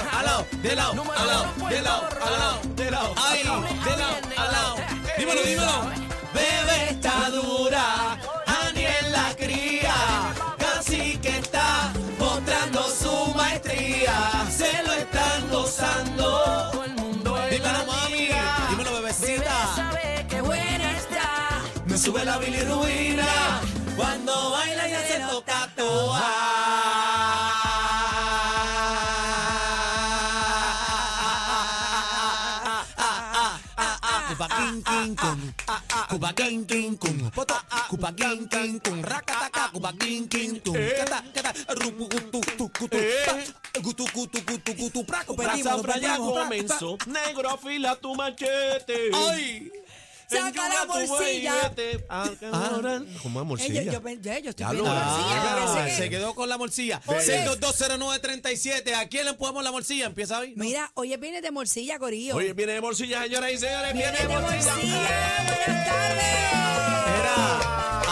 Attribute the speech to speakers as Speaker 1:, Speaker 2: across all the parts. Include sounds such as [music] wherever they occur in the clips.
Speaker 1: de lado, a lado, de lado, a lado, de lado, ahí, de lado, a lado. Dímelo, dímelo. Bebé está dura, Aniel la cría, casi que está mostrando su maestría. Se lo están gozando.
Speaker 2: Todo el mundo es
Speaker 1: Dímelo,
Speaker 2: la
Speaker 1: mami.
Speaker 2: amiga.
Speaker 1: Dímelo,
Speaker 2: Bebé
Speaker 1: bebecita.
Speaker 2: sabe que buena está.
Speaker 1: Me sube la bilirrubina cuando baila y hace toca toa.
Speaker 3: King King Kong, Cuba King King Kong, Cuba King King Kong, Rakataka, Cuba King King Kong,
Speaker 1: Eh.
Speaker 3: Kata, Kata, Rupu, Gutu, Gutu, Gutu, Ta, Gutu, Gutu, Gutu, Gutu, Praco,
Speaker 1: Brazo
Speaker 3: Pedimos,
Speaker 1: para allá
Speaker 3: Pedimos, Pra,
Speaker 1: comenzó.
Speaker 4: Negro, afila tu machete.
Speaker 1: ¡Ay!
Speaker 2: Saca la bolsilla.
Speaker 4: ¿Cómo es
Speaker 2: Eh, yo,
Speaker 4: morcilla?
Speaker 2: yo, pe- ya, yo estoy
Speaker 4: Ya lo
Speaker 2: viendo
Speaker 4: es.
Speaker 2: bolsilla,
Speaker 4: Ah,
Speaker 2: yo
Speaker 1: Claro,
Speaker 2: pensé
Speaker 1: se
Speaker 2: que-
Speaker 1: quedó con la morcilla.
Speaker 2: Oye.
Speaker 1: 6220937. ¿A quién le empujamos la morcilla? Empieza hoy.
Speaker 2: Mira, oye, viene de morcilla, Corillo.
Speaker 4: Oye, viene de morcilla, señoras y señores.
Speaker 2: viene
Speaker 4: Viene
Speaker 2: de morcilla. Buenas tardes.
Speaker 1: Mira,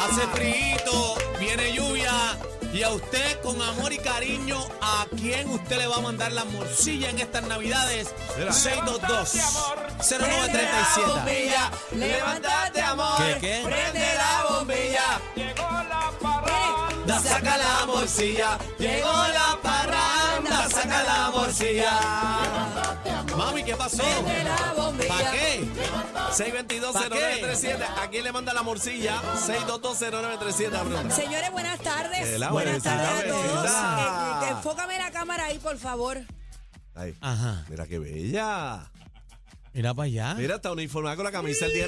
Speaker 1: hace frío, viene lluvia. Y a usted, con amor y cariño, ¿a quién usted le va a mandar la morcilla en estas navidades?
Speaker 4: Mira.
Speaker 1: 622-0937.
Speaker 2: Prende la bombilla, Levántate, amor.
Speaker 1: ¿Qué, qué?
Speaker 2: Prende la bombilla. Eh,
Speaker 1: Da, saca la morcilla, llegó la parranda, saca la morcilla. Mami, ¿qué pasó?
Speaker 2: Prende la bombilla.
Speaker 1: ¿Para qué?
Speaker 4: 622-0937. ¿A quién le manda la morcilla? 622-0937. la pregunta.
Speaker 2: Señores, buenas tardes.
Speaker 4: Hola,
Speaker 2: buenas
Speaker 4: buenas
Speaker 2: tardes a
Speaker 4: tardes.
Speaker 2: todos.
Speaker 4: Hola.
Speaker 2: Eh, eh, enfócame la cámara ahí, por favor.
Speaker 4: Ay,
Speaker 1: Ajá.
Speaker 4: Mira qué
Speaker 1: Ah.
Speaker 4: bella.
Speaker 1: Mira para allá.
Speaker 4: Mira, está uniformada con la camisa del Día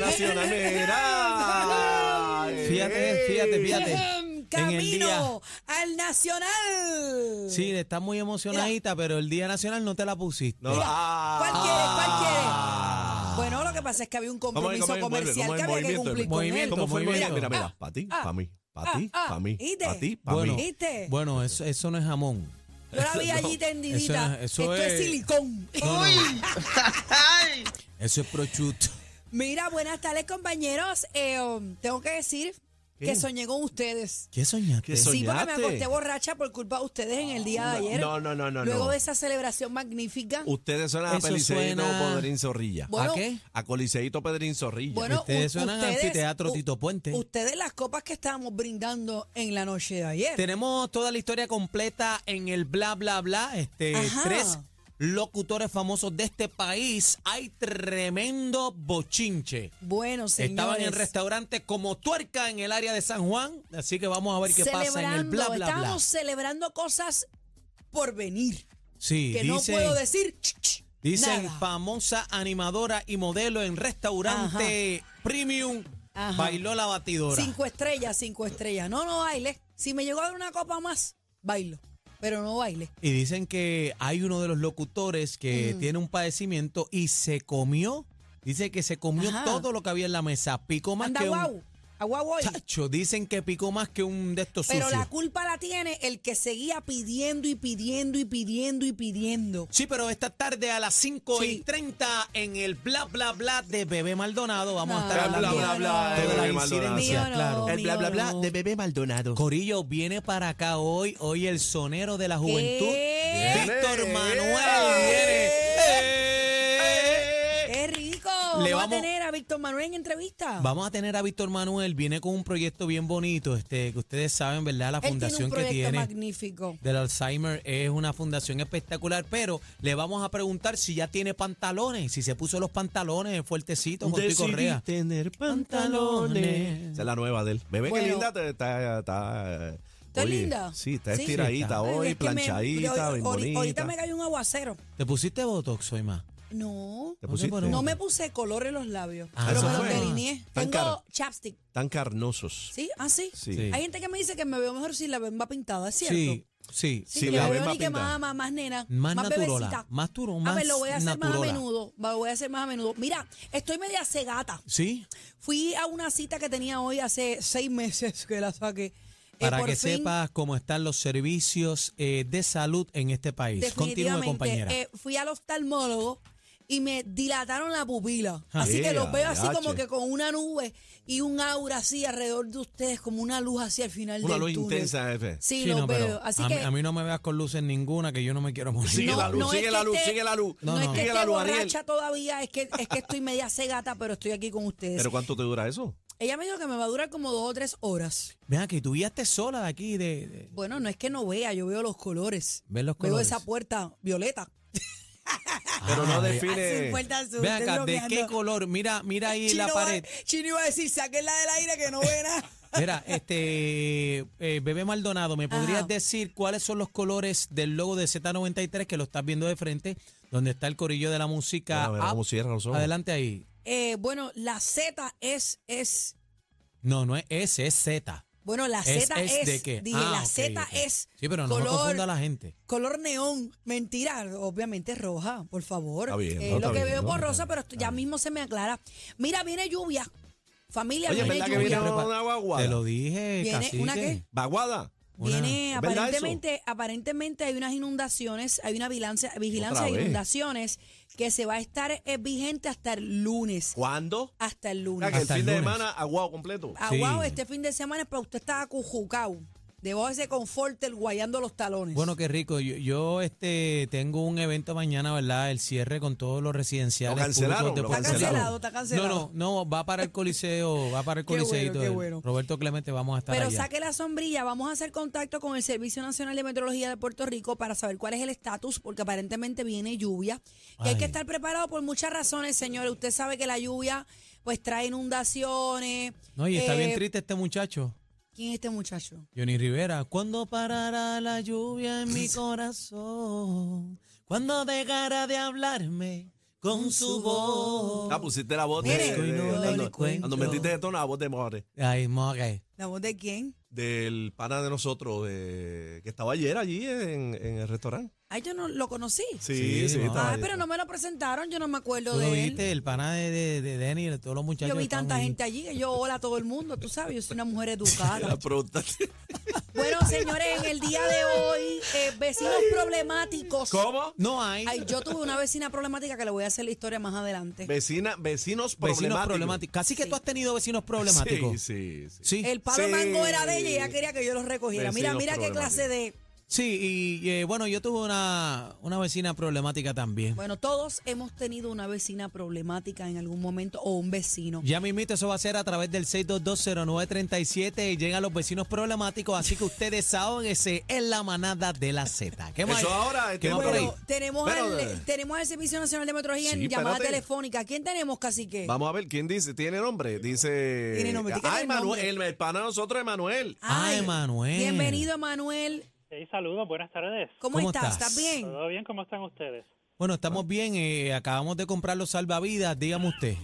Speaker 2: [laughs]
Speaker 4: Nacional. Mira. Ay.
Speaker 1: Fíjate, fíjate, fíjate.
Speaker 2: Ejem,
Speaker 1: En el
Speaker 2: Camino al Nacional.
Speaker 1: Sí, está muy emocionadita, pero el Día Nacional no te la pusiste.
Speaker 4: No, ah.
Speaker 2: ¿Cuál quieres? ¿Cuál
Speaker 4: Ah.
Speaker 2: quieres? Bueno, lo que pasa es que había un
Speaker 4: ¿Cómo es,
Speaker 2: compromiso
Speaker 4: cómo es? Vuelve,
Speaker 2: comercial
Speaker 4: ¿cómo es
Speaker 2: que
Speaker 4: el
Speaker 2: había que
Speaker 4: movimiento? pues.
Speaker 2: cumplir
Speaker 1: Movimiento,
Speaker 2: con él.
Speaker 4: ¿Cómo fue el
Speaker 1: movimiento.
Speaker 4: movimiento? Mira, mira,
Speaker 2: Ah,
Speaker 4: para ti,
Speaker 2: ah,
Speaker 4: para mí, para ti,
Speaker 2: ah,
Speaker 4: para mí,
Speaker 2: ¿viste?
Speaker 4: para ti, para
Speaker 1: Bueno,
Speaker 4: mí.
Speaker 2: ¿Viste?
Speaker 1: bueno eso, eso no es jamón.
Speaker 2: Yo la vi
Speaker 4: [laughs]
Speaker 2: allí tendidita.
Speaker 1: Eso es- eso
Speaker 2: Esto es,
Speaker 1: es-
Speaker 2: silicón.
Speaker 1: No, no, Eso es prosciutto.
Speaker 2: Mira, buenas tardes, compañeros. Eh, um, tengo que decir que soñé con ustedes.
Speaker 1: ¿Qué soñaste?
Speaker 4: ¿Qué soñaste?
Speaker 2: Sí, porque me acosté borracha por culpa de ustedes en el día de ayer.
Speaker 4: No, no, no, no,
Speaker 2: Luego
Speaker 4: no.
Speaker 2: de esa celebración magnífica.
Speaker 4: Ustedes son a
Speaker 1: Eso
Speaker 4: Peliceíto
Speaker 1: suena-
Speaker 4: Pedrín Zorrilla.
Speaker 2: Bueno,
Speaker 1: ¿A qué?
Speaker 4: A Coliseíto Pedrín Zorrilla.
Speaker 2: Bueno,
Speaker 1: Ustedes
Speaker 2: u-
Speaker 1: suenan a anfiteatro Tito Puente.
Speaker 2: Ustedes las copas que estábamos brindando en la noche de ayer.
Speaker 1: Tenemos toda la historia completa en el bla bla bla. Este,
Speaker 2: Ajá.
Speaker 1: tres locutores famosos de este país. Hay tremendo bochinche.
Speaker 2: bueno, señores.
Speaker 1: Estaban en restaurantes como tuerca en el área de San Juan. Así que vamos a ver qué pasa en el
Speaker 2: Celebrando,
Speaker 1: bla bla bla.
Speaker 2: estábamos celebrando cosas por venir.
Speaker 1: Sí,
Speaker 2: Que no
Speaker 1: dicen-
Speaker 2: puedo decir. ch, ch,
Speaker 1: Dicen
Speaker 2: nada.
Speaker 1: famosa animadora y modelo en restaurante premium.
Speaker 2: Ajá.
Speaker 1: Bailó la batidora.
Speaker 2: Cinco estrellas, cinco estrellas. No, no baile. Si me llegó a dar una copa más, bailo. Pero no baile.
Speaker 1: Y dicen que hay uno de los locutores que tiene un padecimiento y se comió. Dice que se comió
Speaker 2: Ajá.
Speaker 1: todo lo que había en la mesa. Picó más
Speaker 2: Anda
Speaker 1: que
Speaker 2: guau.
Speaker 1: un
Speaker 2: A guau hoy.
Speaker 1: chacho. Dicen que picó más que un de estos
Speaker 2: Pero la
Speaker 1: sucios.
Speaker 2: culpa la tiene el que seguía pidiendo y pidiendo y pidiendo y pidiendo.
Speaker 1: Sí, pero esta tarde a las 5
Speaker 2: Sí.
Speaker 1: y 30 en el bla bla bla de Bebé Maldonado vamos a
Speaker 2: No,
Speaker 1: estar hablando
Speaker 4: Bla, bla,
Speaker 1: de
Speaker 4: bla, de
Speaker 1: toda la
Speaker 4: Bebé Maldonado.
Speaker 1: incidencia,
Speaker 2: Mío no.
Speaker 1: claro.
Speaker 4: el bla bla bla
Speaker 2: mío.
Speaker 4: de Bebé Maldonado.
Speaker 1: Corillo viene para acá hoy, hoy el sonero de la juventud.
Speaker 2: ¿Qué?
Speaker 1: Víctor
Speaker 4: Viene.
Speaker 1: Manuel viene. Eh.
Speaker 2: ¡Qué rico!
Speaker 1: Le
Speaker 2: vamos, a
Speaker 1: vamos-
Speaker 2: tener a Víctor Manuel en entrevista.
Speaker 1: Vamos a tener a Víctor Manuel, viene con un proyecto bien bonito, este, que ustedes saben, ¿verdad? La
Speaker 2: Él tiene un
Speaker 1: fundación
Speaker 2: proyecto
Speaker 1: que tiene
Speaker 2: magnífico.
Speaker 1: del Alzheimer es una fundación espectacular, pero le vamos a preguntar si ya tiene pantalones, si se puso los pantalones fuertecitos con Tui Correa.
Speaker 4: tener
Speaker 1: pantalones.
Speaker 4: Esa es la nueva de él. Bebé,
Speaker 2: Bueno.
Speaker 4: qué linda te- está. está
Speaker 2: ¿Está
Speaker 4: oye,
Speaker 2: linda?
Speaker 4: Sí, está
Speaker 2: Sí.
Speaker 1: Sí,
Speaker 4: estiradita
Speaker 1: está.
Speaker 4: hoy,
Speaker 2: Es que me-
Speaker 4: planchadita,
Speaker 2: yo- ahori-
Speaker 4: bien bonita.
Speaker 2: Ahorita me cayó un aguacero.
Speaker 1: ¿Te pusiste Botox hoy más?
Speaker 2: No.
Speaker 4: ¿Te pusiste?
Speaker 1: pones-
Speaker 2: No me puse color en los labios.
Speaker 1: Ah,
Speaker 2: pero
Speaker 1: eso
Speaker 2: me los
Speaker 1: fue.
Speaker 2: delineé. Tengo
Speaker 4: Tan caro.
Speaker 2: chapstick.
Speaker 4: Tan carnosos.
Speaker 2: ¿Sí? ¿Ah, sí?
Speaker 4: Sí.
Speaker 1: Sí.
Speaker 2: Hay gente que me dice que me veo mejor sin la bemba pintada, ¿es cierto?
Speaker 1: Sí,
Speaker 2: Sí,
Speaker 1: sí.
Speaker 4: Sin
Speaker 2: que
Speaker 4: la
Speaker 2: me veo
Speaker 4: bemba
Speaker 2: ni que
Speaker 4: pintada.
Speaker 2: más, más, más nena,
Speaker 1: Más naturola,
Speaker 2: bebecita.
Speaker 1: más turo-
Speaker 2: A ver, lo
Speaker 1: más
Speaker 2: voy a hacer más
Speaker 1: naturola.
Speaker 2: a menudo, lo voy a hacer más a menudo. Mira, estoy media cegata.
Speaker 1: Sí,
Speaker 2: Fui a una cita que tenía hoy hace seis meses que la saqué. Eh,
Speaker 1: para
Speaker 2: por
Speaker 1: que
Speaker 2: fin,
Speaker 1: sepas cómo están los servicios eh, de salud en este país. Continúe,
Speaker 2: definitivamente,
Speaker 1: compañera.
Speaker 2: eh, fui al oftalmólogo y me dilataron la pupila.
Speaker 1: Ah,
Speaker 2: Así que los veo así
Speaker 4: Ea,
Speaker 2: como
Speaker 4: yache.
Speaker 2: que con una nube y un aura así alrededor de ustedes, como una luz así al final
Speaker 4: Una
Speaker 2: del
Speaker 4: luz
Speaker 2: túnel.
Speaker 4: intensa, F.
Speaker 2: Sí,
Speaker 1: Sí,
Speaker 2: los
Speaker 1: no, pero
Speaker 2: veo. Así
Speaker 1: a,
Speaker 2: que
Speaker 1: mí, a mí no me veas con luces ninguna, que yo no me quiero morir.
Speaker 4: Sigue
Speaker 2: no,
Speaker 4: la luz,
Speaker 2: no es
Speaker 4: sigue
Speaker 2: que
Speaker 4: la luz,
Speaker 2: esté-
Speaker 4: sigue la luz.
Speaker 2: No,
Speaker 1: No,
Speaker 2: es
Speaker 1: no.
Speaker 2: que
Speaker 4: Sigue
Speaker 2: esté
Speaker 4: la luz,
Speaker 2: borracha
Speaker 4: Aniel.
Speaker 2: todavía, es que, es que estoy media cegata, pero estoy aquí con ustedes.
Speaker 4: ¿Pero cuánto te dura eso?
Speaker 2: Ella me dijo que me va a durar como dos o tres horas.
Speaker 1: Vean que tú guiaste sola de aquí, de, de-
Speaker 2: Bueno, no es que no vea, yo veo los colores.
Speaker 1: ¿Ves los
Speaker 2: Veo
Speaker 1: colores?
Speaker 2: esa puerta violeta.
Speaker 4: Pero no
Speaker 2: Así,
Speaker 4: define.
Speaker 2: puerta azul.
Speaker 1: Vean
Speaker 2: estoy
Speaker 1: acá, ¿de
Speaker 2: bromeando.
Speaker 1: qué color? Mira, mira ahí
Speaker 2: Chino
Speaker 1: la
Speaker 2: va-
Speaker 1: pared.
Speaker 2: Chino iba a decir, saquenla del aire que no ve
Speaker 1: [laughs]
Speaker 2: nada.
Speaker 1: Mira,
Speaker 2: [laughs]
Speaker 1: este eh, Bebé Maldonado, ¿me podrías
Speaker 2: Ajá.
Speaker 1: decir cuáles son los colores del logo de Z93 que lo estás viendo de frente, donde está el corillo de la música?
Speaker 4: Mira, mira
Speaker 1: app?
Speaker 4: cómo cierra los ojos.
Speaker 1: Adelante ahí.
Speaker 2: Eh, bueno, la Z es, es,
Speaker 1: No, no es S, es Z.
Speaker 2: bueno, la
Speaker 1: ¿Es,
Speaker 2: Z es,
Speaker 1: es de qué?
Speaker 2: dije,
Speaker 1: Ah,
Speaker 2: la
Speaker 1: ok,
Speaker 2: Z
Speaker 1: ok.
Speaker 2: es
Speaker 1: Sí, pero no me
Speaker 2: color,
Speaker 1: confunda a la gente.
Speaker 2: color neón, mentira, obviamente es roja, por favor.
Speaker 4: Está bien,
Speaker 2: Eh,
Speaker 4: no,
Speaker 2: lo
Speaker 4: está
Speaker 2: que
Speaker 4: bien,
Speaker 2: veo
Speaker 4: no,
Speaker 2: por
Speaker 4: está
Speaker 2: rosa,
Speaker 4: bien,
Speaker 2: pero esto ya mismo se me aclara. Mira, viene lluvia, familia,
Speaker 4: Oye,
Speaker 2: viene
Speaker 4: ¿verdad que
Speaker 2: lluvia.
Speaker 4: viene
Speaker 1: Oye,
Speaker 4: una-
Speaker 1: prepa-
Speaker 4: una guagua?
Speaker 1: Te lo dije,
Speaker 2: ¿Viene
Speaker 1: cacique.
Speaker 2: una qué?
Speaker 4: ¿Vaguada?
Speaker 1: Una-
Speaker 2: Viene,
Speaker 4: ¿Es verdad
Speaker 2: aparentemente, aparentemente hay unas inundaciones, hay una vigilancia, vigilancia
Speaker 4: Otra
Speaker 2: de
Speaker 4: vez.
Speaker 2: inundaciones que se va a estar eh, vigente hasta el lunes.
Speaker 4: ¿Cuándo?
Speaker 2: Hasta el
Speaker 4: O sea,
Speaker 2: lunes.
Speaker 4: que el
Speaker 1: Hasta el
Speaker 4: fin de
Speaker 1: lunes.
Speaker 4: semana aguado completo.
Speaker 2: Aguado,
Speaker 1: Sí.
Speaker 2: este fin de semana es para usted estar acujucao. Debajo de ese confort, el guayando los talones.
Speaker 1: Bueno, qué rico. Yo, yo, este tengo un evento mañana, ¿verdad? El cierre con todos los residenciales.
Speaker 4: Lo cancelaron,
Speaker 1: públicos de
Speaker 4: lo
Speaker 2: está
Speaker 1: Puerto Rico.
Speaker 4: cancelaron.
Speaker 2: cancelado, está cancelado.
Speaker 1: No, no, no, va para el Coliseo, va para
Speaker 2: [laughs]
Speaker 1: el
Speaker 2: Qué bueno,
Speaker 1: Coliseo.
Speaker 2: qué bueno.
Speaker 1: Roberto Clemente, vamos a estar
Speaker 2: Pero
Speaker 1: allá.
Speaker 2: saque la sombrilla, vamos a hacer contacto con el Servicio Nacional de Meteorología de Puerto Rico para saber cuál es el estatus, porque aparentemente viene lluvia. Y hay
Speaker 1: Ay.
Speaker 2: que estar preparado por muchas razones, señores. Usted sabe que la lluvia pues trae inundaciones.
Speaker 1: No, y está
Speaker 2: Eh,
Speaker 1: bien triste este muchacho,
Speaker 2: ¿Quién es este muchacho?
Speaker 1: Johnny Rivera. ¿Cuándo parará la lluvia en mi corazón? ¿Cuándo dejará de hablarme con su voz?
Speaker 4: Ah, pusiste la voz de...
Speaker 2: Mire,
Speaker 4: de-
Speaker 1: no
Speaker 4: de-
Speaker 1: la
Speaker 4: cuando-
Speaker 1: encuentro.
Speaker 4: Cuando metiste de tono, la voz de More.
Speaker 1: Ay, moque.
Speaker 2: ¿La voz de quién?
Speaker 4: Del pana de nosotros, de- que estaba ayer allí en, en el restaurante.
Speaker 2: Ay, yo no lo conocí.
Speaker 1: Sí, no.
Speaker 4: estaba
Speaker 2: Ah,
Speaker 4: ayer.
Speaker 2: pero no me lo presentaron, yo no me acuerdo
Speaker 1: Tú
Speaker 2: de
Speaker 1: lo
Speaker 2: él.
Speaker 1: viste, el pana de, de, de Denny, de todos los muchachos.
Speaker 2: Yo vi
Speaker 1: están
Speaker 2: tanta
Speaker 1: ahí.
Speaker 2: gente allí que yo hola a todo el mundo, tú sabes, yo soy una
Speaker 1: [laughs]
Speaker 2: mujer educada.
Speaker 4: La pregunta.
Speaker 2: bueno, señores, en el día de hoy, eh, vecinos problemáticos.
Speaker 4: ¿Cómo?
Speaker 1: No hay.
Speaker 2: Ay, yo tuve una vecina problemática que le voy a hacer la historia más adelante.
Speaker 4: Vecina, vecinos
Speaker 1: Vecinos
Speaker 4: problemáticos.
Speaker 1: problemáticos. Casi que
Speaker 2: Sí.
Speaker 1: tú has tenido vecinos problemáticos. Sí,
Speaker 4: Sí, sí,
Speaker 1: sí.
Speaker 4: sí.
Speaker 2: El palo
Speaker 4: Sí.
Speaker 2: mango era de ella y ella quería que yo los recogiera. Mira,
Speaker 4: Vecinos
Speaker 2: mira qué clase de...
Speaker 1: y eh, bueno, yo tuve una, una vecina problemática también.
Speaker 2: Bueno, todos hemos tenido una vecina problemática en algún momento o un vecino.
Speaker 1: Ya mismito eso va a ser a través del 6220937 y llegan los vecinos problemáticos, así que ustedes ese en la manada de la Z. ¿Qué más?
Speaker 4: Eso ahora, este
Speaker 1: ¿Qué más por ahí?
Speaker 2: Pero tenemos,
Speaker 4: Pero,
Speaker 2: al,
Speaker 4: eh,
Speaker 2: tenemos al Servicio Nacional de Metrología
Speaker 4: Sí,
Speaker 2: en llamada
Speaker 4: espérate.
Speaker 2: telefónica. ¿Quién tenemos, cacique?
Speaker 4: Vamos a ver, ¿quién dice? ¿Tiene nombre? Dice...
Speaker 2: Tiene nombre, tiene que
Speaker 4: Ah,
Speaker 2: tener
Speaker 4: Emanuel,
Speaker 2: nombre.
Speaker 4: el, el pana de nosotros, Emanuel.
Speaker 1: Ah,
Speaker 2: Ay,
Speaker 1: Emanuel.
Speaker 2: Bienvenido, Manuel.
Speaker 5: Sí, saludos, buenas tardes.
Speaker 2: ¿Cómo,
Speaker 1: ¿Cómo
Speaker 2: estás? ¿Estás
Speaker 1: estás?
Speaker 2: bien?
Speaker 5: ¿Todo bien? ¿Cómo están ustedes?
Speaker 1: Bueno, estamos bien, eh, acabamos de comprar los salvavidas, dígame
Speaker 4: [laughs]
Speaker 1: usted.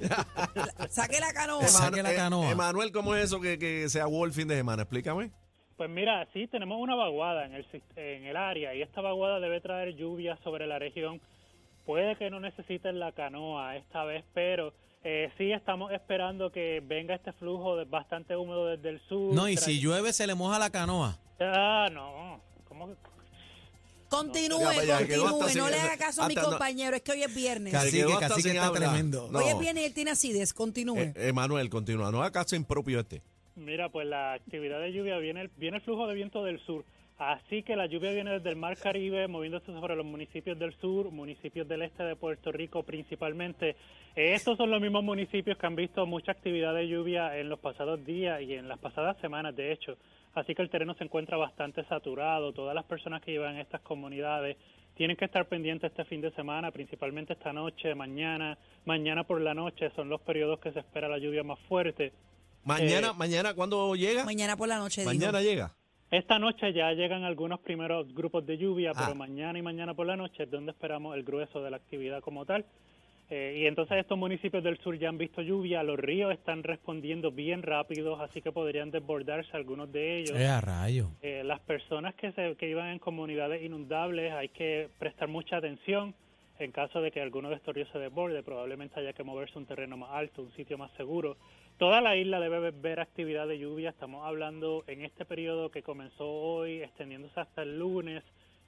Speaker 2: Saque la canoa.
Speaker 1: Ema- pues saque la
Speaker 4: eh,
Speaker 1: canoa.
Speaker 4: Emanuel, ¿cómo es eso que, que se aguó el fin de semana? Explícame.
Speaker 5: Pues mira, sí, tenemos una vaguada en el, sis- en el área y esta vaguada debe traer lluvia sobre la región. Puede que no necesiten la canoa esta vez, pero eh, sí estamos esperando que venga este flujo de- bastante húmedo desde el sur.
Speaker 1: No, y
Speaker 5: Tra-
Speaker 1: si llueve se le moja la canoa.
Speaker 5: Ah, no. ¿Cómo que-
Speaker 2: Continúe,
Speaker 4: Ya, vaya, que quedó
Speaker 2: continúe.
Speaker 4: hasta
Speaker 2: No
Speaker 4: sin-
Speaker 2: le haga caso a mi
Speaker 4: hasta no-
Speaker 2: compañero. Es que hoy es viernes.
Speaker 1: Casi
Speaker 4: Se
Speaker 1: que-
Speaker 4: quedó hasta
Speaker 1: casi que
Speaker 4: sin
Speaker 1: está
Speaker 4: hablar.
Speaker 1: tremendo.
Speaker 4: No.
Speaker 2: Hoy es viernes y él tiene acidez. Continúe.
Speaker 4: Eh, Emanuel, continúa. No acaso impropio este.
Speaker 5: Mira, pues la actividad de lluvia viene el, viene el flujo de viento del sur, así que la lluvia viene desde el Mar Caribe, moviéndose sobre los municipios del sur, municipios del este de Puerto Rico principalmente. Eh, Estos son los mismos municipios que han visto mucha actividad de lluvia en los pasados días y en las pasadas semanas, de hecho. Así que el terreno se encuentra bastante saturado. Todas las personas que llevan estas comunidades tienen que estar pendientes este fin de semana, principalmente esta noche, mañana, mañana por la noche son los periodos que se espera la lluvia más fuerte.
Speaker 4: Mañana,
Speaker 5: Eh,
Speaker 4: mañana, ¿cuándo llega?
Speaker 2: Mañana por la noche. dijo.
Speaker 4: Mañana llega.
Speaker 5: Esta noche ya llegan algunos primeros grupos de lluvia,
Speaker 4: Ah.
Speaker 5: pero mañana y mañana por la noche es donde esperamos el grueso de la actividad como tal. Eh, y entonces estos municipios del sur ya han visto lluvia, los ríos están respondiendo bien rápidos, así que podrían desbordarse algunos de ellos.
Speaker 1: Eh, a rayo.
Speaker 5: Eh, las personas que, se, que iban en comunidades inundables hay que prestar mucha atención. En caso de que alguno de estos ríos se desborde, probablemente haya que moverse a un terreno más alto, un sitio más seguro. Toda la isla debe ver actividad de lluvia. Estamos hablando en este periodo que comenzó hoy, extendiéndose hasta el lunes,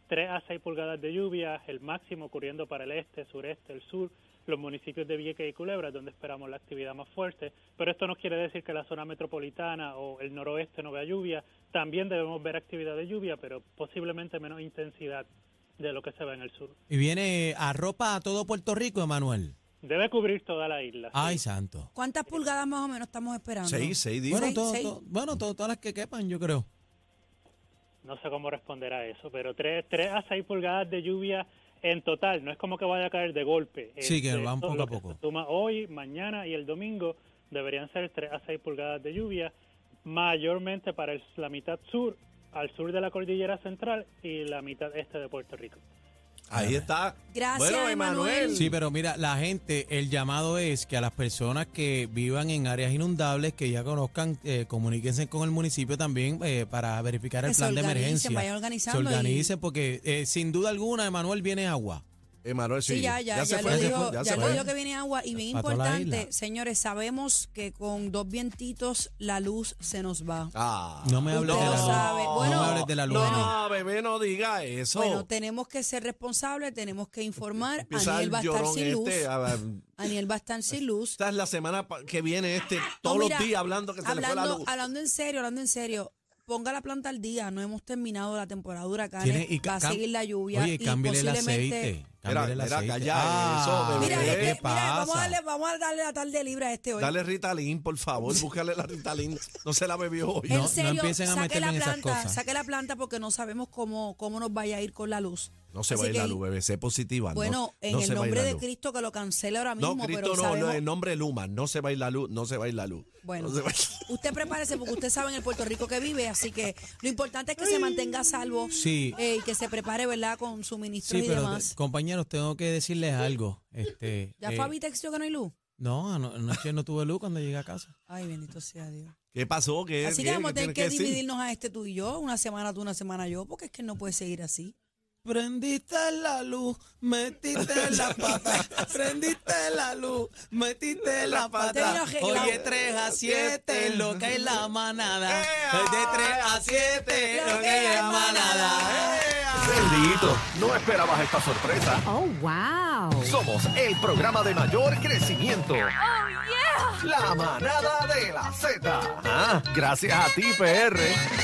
Speaker 5: 3 a 6 pulgadas de lluvia, el máximo ocurriendo para el este, sureste, el sur, los municipios de Vieques y Culebra, donde esperamos la actividad más fuerte. Pero esto no quiere decir que la zona metropolitana o el noroeste no vea lluvia. También debemos ver actividad de lluvia, pero posiblemente menos intensidad de lo que se ve en el sur.
Speaker 1: Y viene eh, a ropa a todo Puerto Rico, Emanuel.
Speaker 5: Debe cubrir toda la isla. sí.
Speaker 1: Ay, santo.
Speaker 2: ¿Cuántas pulgadas más o menos estamos esperando?
Speaker 4: Eh, Seis, seis, digo.
Speaker 1: Bueno,
Speaker 2: Seis,
Speaker 1: todo-
Speaker 2: seis.
Speaker 1: todo- bueno todo- todas las que quepan, yo creo.
Speaker 5: No sé cómo responder a eso, pero 3, tres a 6 pulgadas de lluvia en total. No es como que vaya a caer de golpe.
Speaker 1: Sí, que van
Speaker 5: esto-
Speaker 1: poco
Speaker 5: lo
Speaker 1: a
Speaker 5: que se
Speaker 1: poco.
Speaker 5: Suma hoy, mañana y el domingo deberían ser 3 a 6 pulgadas de lluvia, mayormente para el- la mitad sur, al sur de la cordillera central y la mitad este de Puerto Rico.
Speaker 4: Ahí está.
Speaker 2: Gracias,
Speaker 4: bueno,
Speaker 2: Emanuel.
Speaker 4: Emanuel.
Speaker 1: Sí, pero mira, la gente, el llamado es que a las personas que vivan en áreas inundables, que ya conozcan, eh, comuníquense con el municipio también eh, para verificar el
Speaker 2: Que se
Speaker 1: plan de
Speaker 2: organicen,
Speaker 1: emergencia.
Speaker 2: vayan organizando
Speaker 1: Se
Speaker 2: y-
Speaker 1: organicen porque eh, sin duda alguna, Emanuel, viene agua.
Speaker 4: Emanuel, sí.
Speaker 2: Sí, ya, ya, ya,
Speaker 4: se
Speaker 2: lo
Speaker 4: fue, se
Speaker 2: digo,
Speaker 4: fue,
Speaker 2: ya,
Speaker 4: se
Speaker 2: lo
Speaker 4: fue.
Speaker 2: digo que viene agua y bien
Speaker 1: Para toda la
Speaker 2: importante,
Speaker 1: isla.
Speaker 2: señores, sabemos que con dos vientitos la luz se nos va.
Speaker 4: Ah.
Speaker 1: No me hables de
Speaker 2: Usted
Speaker 1: la
Speaker 2: lo
Speaker 1: luz.
Speaker 2: sabe. Bueno,
Speaker 1: no me hables de la luz. Emanuel.
Speaker 4: No, bebé, no diga eso.
Speaker 2: Bueno, tenemos que ser responsables, tenemos que informar.
Speaker 4: Empieza
Speaker 2: Aniel
Speaker 4: el
Speaker 2: va a estar
Speaker 4: llorón
Speaker 2: sin luz.
Speaker 4: este. a- a-
Speaker 2: Aniel va a estar sin luz.
Speaker 4: Esta es la semana pa- que viene este, todos
Speaker 2: No, Ah, mira,
Speaker 4: los días hablando que se le fue la
Speaker 2: hablando-
Speaker 4: luz.
Speaker 2: Hablando en serio, hablando en serio. Ponga la planta al día, no hemos terminado la temporada de huracanes,
Speaker 1: Tiene- y
Speaker 2: va a
Speaker 1: cam-
Speaker 2: seguir la lluvia
Speaker 1: Oye,
Speaker 2: y
Speaker 1: cámbiale el
Speaker 2: posiblemente-
Speaker 1: aceite.
Speaker 4: Mira,
Speaker 1: cámbiale el
Speaker 4: mira,
Speaker 1: aceite. Ah,
Speaker 4: calla eso, bebé.
Speaker 2: Mira, es
Speaker 4: ¿Qué
Speaker 2: que- mira,
Speaker 1: pasa?
Speaker 2: vamos, a darle, vamos a darle la tarde libre a este hoy.
Speaker 4: Dale Ritalin, por
Speaker 2: [laughs]
Speaker 4: favor, búscale la Ritalin. No se la bebió hoy.
Speaker 1: No,
Speaker 2: En
Speaker 1: no
Speaker 2: serio,
Speaker 1: empiecen a
Speaker 2: saque la
Speaker 1: meterme en esas
Speaker 2: planta,
Speaker 1: cosas.
Speaker 2: saque la planta porque no sabemos cómo, cómo nos vaya a ir con la luz.
Speaker 4: No se
Speaker 2: Así
Speaker 4: va a ir
Speaker 2: que,
Speaker 4: la luz, bebé, sé positiva. no-
Speaker 2: Bueno, en el
Speaker 4: no, se va a ir
Speaker 2: nombre
Speaker 4: la
Speaker 2: de
Speaker 4: luz.
Speaker 2: Cristo que lo cancela ahora mismo,
Speaker 4: No, Cristo
Speaker 2: pero
Speaker 4: no, no,
Speaker 2: sabemos.
Speaker 4: el nombre de Luma, no se va a ir la luz, no se va a ir la luz.
Speaker 2: Bueno,
Speaker 4: No se va a ir-
Speaker 2: usted prepárese porque usted sabe en el Puerto Rico que vive, así que lo importante es que se mantenga a salvo
Speaker 1: Sí.
Speaker 2: eh, y que se prepare, ¿verdad?, con suministros
Speaker 1: Sí,
Speaker 2: y
Speaker 1: pero te-
Speaker 2: demás.
Speaker 1: compañeros, tengo que decirles algo. Este,
Speaker 2: ¿Ya
Speaker 1: eh,
Speaker 2: Fabi texteó que no hay luz?
Speaker 1: No, ano- anoche no tuve luz cuando llegué a casa.
Speaker 2: Ay, bendito sea Dios.
Speaker 4: ¿Qué pasó? ¿Qué,
Speaker 2: Así
Speaker 4: qué-
Speaker 2: que vamos a
Speaker 4: qué
Speaker 2: tener
Speaker 4: tienes
Speaker 2: que
Speaker 4: decir?
Speaker 2: dividirnos a este tú y yo, una semana tú, una semana yo, porque es que no puede seguir así.
Speaker 1: Prendiste la luz, [laughs] metiste la pata. Prendiste la luz, metiste la pata.
Speaker 2: Termino arreglado.
Speaker 1: Oye, 3 a 7, lo que es la manada.
Speaker 4: ¡Ea!
Speaker 1: De 3 a 7, Eh, ah, lo que es la manada. Eh.
Speaker 6: Bendito, no esperabas esta sorpresa.
Speaker 7: Oh, wow.
Speaker 6: Somos el programa de mayor crecimiento. La manada de la Z. Ah, gracias a ti, PR.